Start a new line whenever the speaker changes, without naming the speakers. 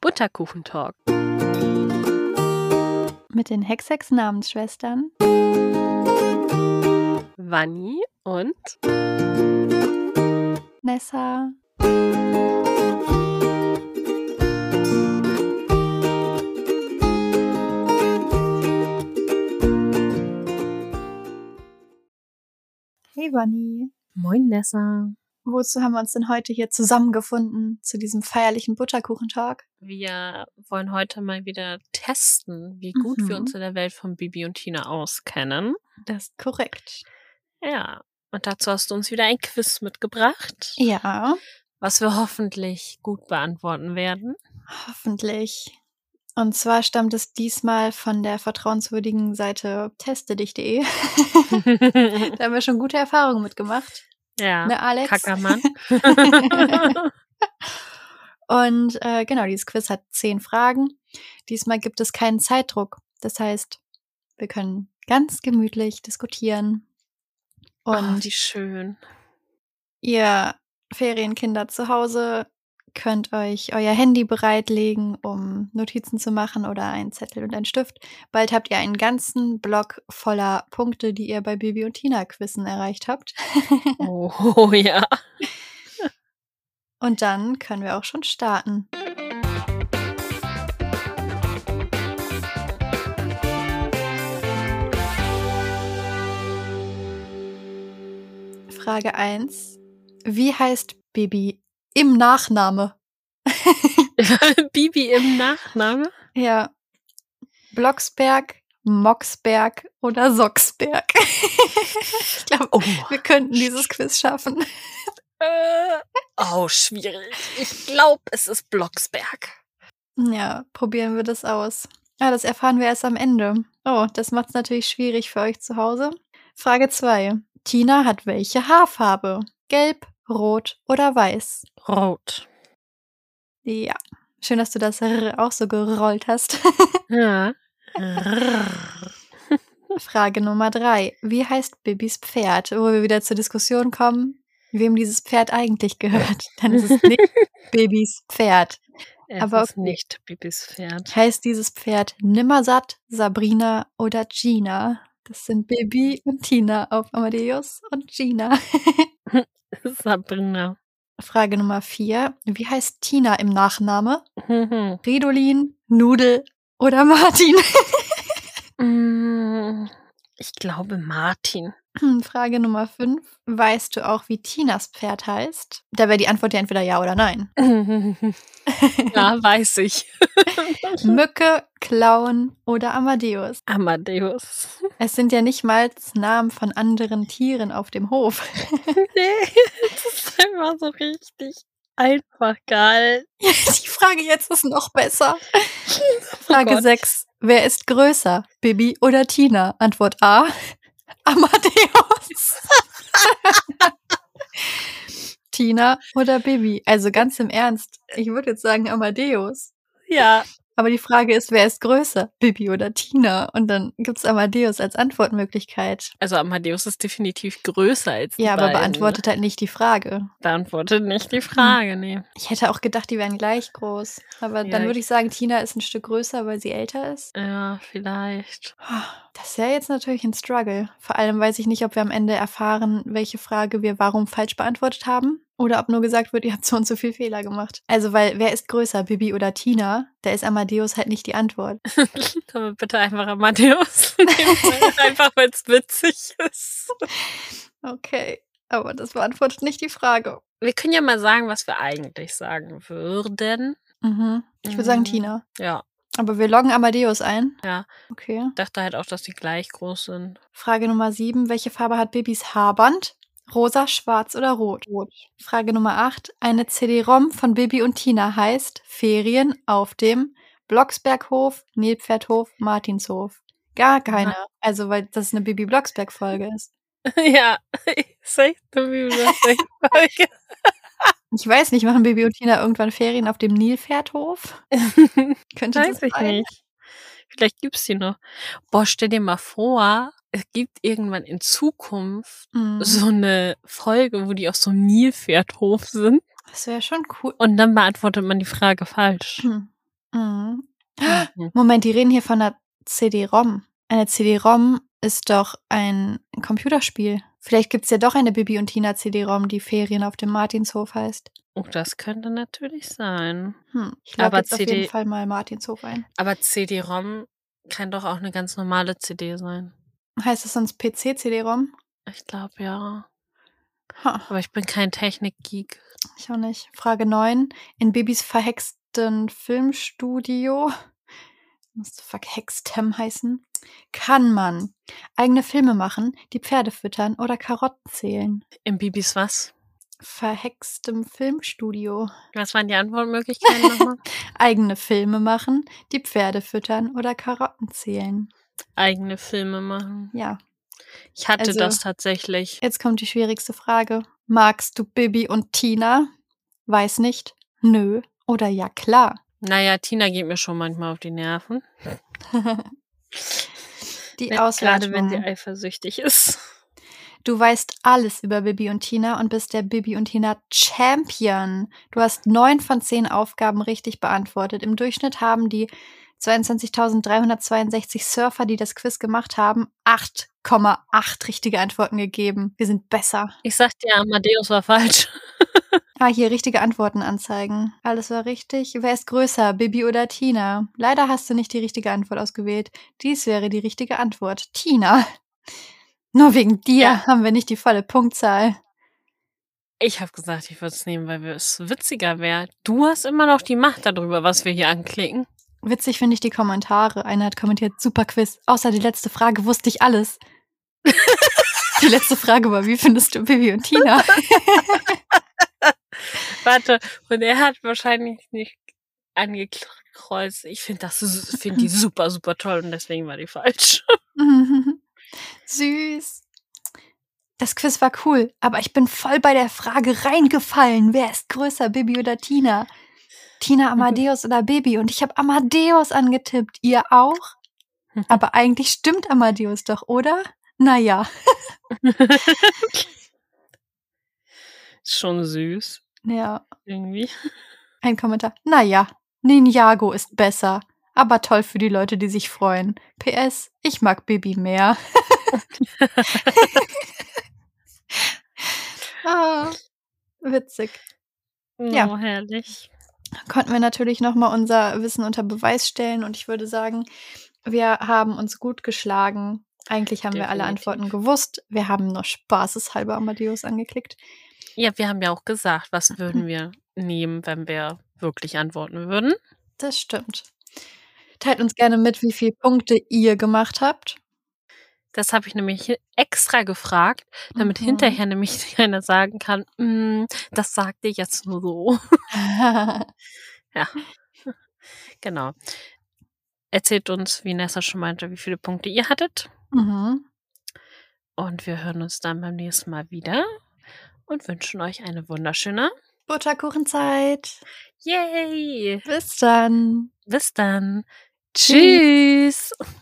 Butterkuchentalk.
Mit den Hexex-Namensschwestern.
Vanni und
Nessa. Hey Vanni,
Moin Nessa.
wozu haben wir uns denn heute hier zusammengefunden zu diesem feierlichen Butterkuchentalk?
Wir wollen heute mal wieder testen, wie gut wir
Mhm.
uns in der Welt von Bibi und Tina auskennen.
Das ist korrekt.
Ja. Und dazu hast du uns wieder ein Quiz mitgebracht,
Ja,
was wir hoffentlich gut beantworten werden.
hoffentlich. Und zwar stammt es diesmal von der vertrauenswürdigen Seite testedich.de. Da haben wir schon gute Erfahrungen mitgemacht.
ja.
Ne, Alex?
Kackermann.
Und äh, genau, dieses Quiz hat zehn Fragen. Diesmal gibt es keinen Zeitdruck. Das heißt, wir können ganz gemütlich diskutieren.
oh,
Und
wie schön.
ihr Ferienkinder zu Hause könnt euch euer Handy bereitlegen, um Notizen zu machen oder einen Zettel und einen Stift. Bald habt ihr einen ganzen Block voller Punkte, die ihr bei Bibi und Tina Quizzen erreicht habt.
Oh ja.
Und dann können wir auch schon starten. Frage 1. Wie heißt Bibi im Nachname?
Bibi im Nachname.
Ja. Blocksberg, Moxberg oder Socksberg? ich glaube,
Oh.
wir könnten dieses Quiz schaffen.
Äh, oh, schwierig. Ich glaube, es ist Blocksberg.
Ja, probieren wir das aus. Ah, das erfahren wir erst am Ende. Oh, das macht es natürlich schwierig für euch zu Hause. Frage 2. Tina hat welche Haarfarbe? Gelb, rot oder weiß?
Rot.
Ja. Schön, dass du das R auch so gerollt hast.
Ja.
Frage Nummer 3. Wie heißt Bibis Pferd? Wo wir wieder zur Diskussion kommen, wem dieses Pferd eigentlich gehört. Dann ist es nicht Bibis Pferd.
Es
Aber
ist
okay.
nicht Bibis Pferd.
Heißt dieses Pferd Nimmersatt, Sabrina oder Gina? Das sind Bibi und Tina auf Amadeus und Gina.
Sabrina.
Frage Nummer vier: Wie heißt Tina im Nachname?
Mhm.
Fridolin, Nudel oder Martin?
Mm, Ich glaube Martin.
Hm, Frage Nummer fünf: Weißt du auch, wie Tinas Pferd heißt? Da wäre die Antwort ja entweder ja oder nein.
ja, weiß ich.
Mücke, Clown oder Amadeus.
Amadeus.
Es sind ja nicht mal Namen von anderen Tieren auf dem Hof.
Nee, das ist immer so richtig einfach geil.
Die Frage jetzt ist noch besser. Frage
Oh Gott.
6. Wer ist größer? Bibi oder Tina? Antwort A. Amadeus. Tina oder Bibi? Also ganz im Ernst, ich würde jetzt sagen Amadeus.
Ja.
Aber die Frage ist, wer ist größer? Bibi oder Tina? Und dann gibt's Amadeus als Antwortmöglichkeit.
Also Amadeus ist definitiv größer als die
Ja, aber
beiden.
beantwortet halt nicht die Frage.
Beantwortet nicht die Frage, nee.
Ich hätte auch gedacht, die wären gleich groß. Aber
Ja,
dann
ich-
würde ich sagen, Tina ist ein Stück größer, weil sie älter ist.
Ja, vielleicht.
Das ist ja jetzt natürlich ein Struggle. Vor allem weiß ich nicht, ob wir am Ende erfahren, welche Frage wir warum falsch beantwortet haben. Oder ob nur gesagt wird, ihr habt so und so viel Fehler gemacht. Also, weil wer ist größer, Bibi oder Tina? Da ist Amadeus halt nicht die Antwort.
Können wir bitte einfach Amadeus nehmen? einfach, weil es witzig ist.
Okay, aber das beantwortet nicht die Frage.
Wir können ja mal sagen, was wir eigentlich sagen würden.
Mhm. Ich würde sagen
Mhm.
Tina.
Ja,
Aber wir loggen Amadeus ein.
Ja.
Okay.
dachte halt auch, dass die gleich groß sind.
Frage Nummer 7. Welche Farbe hat Bibis Haarband? Rosa, schwarz oder rot? Rot. Frage Nummer 8. Eine CD-ROM von Bibi und Tina heißt Ferien auf dem Blocksberghof, Nilpferdhof, Martinshof. Gar keine. Also, weil das eine Bibi Blocksberg-Folge ist.
ja, safe to be safe.
Ich weiß nicht, machen Bibi und Tina irgendwann Ferien auf dem Nilpferdhof? Könnte
Weiß
das
ich
sein?
nicht. Vielleicht gibt's die noch. Boah, stell dir mal vor, es gibt irgendwann in Zukunft
Mhm.
so eine Folge, wo die auf so einem Nilpferdhof sind.
Das wäre schon cool.
Und dann beantwortet man die Frage falsch.
Hm. Mhm. Moment, die reden hier von einer CD-ROM. Eine CD-ROM ist doch ein Computerspiel. Vielleicht gibt es ja doch eine Bibi und Tina CD-ROM, die Ferien auf dem Martinshof heißt.
Oh, das könnte natürlich sein.
Hm. Ich
Aber
glaube jetzt auf
CD
jeden Fall mal Martinshof ein.
Aber CD-ROM kann doch auch eine ganz normale CD sein.
Heißt das sonst PC-CD-ROM?
Ich glaube ja.
Ha,
Aber ich bin kein Technik-Geek.
ich auch nicht. Frage 9. In Bibis verhexten Filmstudio, muss verhextem heißen, kann man eigene Filme machen, die Pferde füttern oder Karotten zählen.
Im Bibis was?
Verhextem Filmstudio.
Was waren die Antwortmöglichkeiten nochmal?
Eigene Filme machen, die Pferde füttern oder Karotten zählen.
Eigene Filme machen.
Ja,
Ich hatte
Also-
das tatsächlich.
jetzt kommt die schwierigste Frage. Magst du Bibi und Tina? Weiß nicht. Nö. Oder ja klar.
Naja, Tina geht mir schon manchmal auf die Nerven.
Die
Ja, Gerade wenn sie
Auswertung.
eifersüchtig ist.
Du weißt alles über Bibi und Tina und bist der Bibi und Tina Champion. Du hast neun von zehn Aufgaben richtig beantwortet. Im Durchschnitt haben die 22.362 Surfer, die das Quiz gemacht haben, 8,8 richtige Antworten gegeben. Wir sind besser.
Ich sagte ja, Amadeus war falsch.
Ah, hier richtige Antworten anzeigen. Alles war richtig. Wer ist größer, Bibi oder Tina? Leider hast du nicht die richtige Antwort ausgewählt. Dies wäre die richtige Antwort. Tina. Nur wegen dir
Ja.
haben wir nicht die volle Punktzahl.
Ich habe gesagt, ich würde es nehmen, weil wir- es witziger wäre. Du hast immer noch die Macht darüber, was wir hier anklicken.
Witzig finde ich die Kommentare. Einer hat kommentiert, super Quiz. Außer die letzte Frage wusste ich alles. die letzte Frage war, wie findest du Bibi und Tina?
Warte, und er hat wahrscheinlich nicht angekreuzt. Ich finde das su- find die super, super toll und deswegen war die falsch.
Süß. Das Quiz war cool, aber ich bin voll bei der Frage reingefallen. Wer ist größer, Bibi oder Tina? Tina Amadeus oder Bibi? Und ich habe Amadeus angetippt. Ihr auch? Aber eigentlich stimmt Amadeus doch, oder? Naja.
Ist Schon süß.
Ja,
Irgendwie.
ein Kommentar. Naja, Ninjago ist besser. Aber toll für die Leute, die sich freuen. PS, ich mag Bibi mehr. ah, witzig. Ja.
Oh, herrlich.
konnten wir natürlich nochmal unser Wissen unter Beweis stellen und ich würde sagen, wir haben uns gut geschlagen. Eigentlich haben wir alle
Definitiv.
Antworten gewusst. Wir haben nur spaßeshalber Amadeus angeklickt.
Ja, wir haben ja auch gesagt, was würden wir nehmen, wenn wir wirklich antworten würden.
Das stimmt. Teilt uns gerne mit, wie viele Punkte ihr gemacht habt.
Das habe ich nämlich extra gefragt, damit
Mhm.
hinterher nämlich keiner sagen kann, "Mm, das sagt ihr jetzt nur so. Genau. Erzählt uns, wie Nessa schon meinte, wie viele Punkte ihr hattet.
mhm.
Und wir hören uns dann beim nächsten Mal wieder und wünschen euch eine wunderschöne.
Butterkuchenzeit.
Yay!
Bis dann.
Bis dann.
Tschüss.
Tschüss.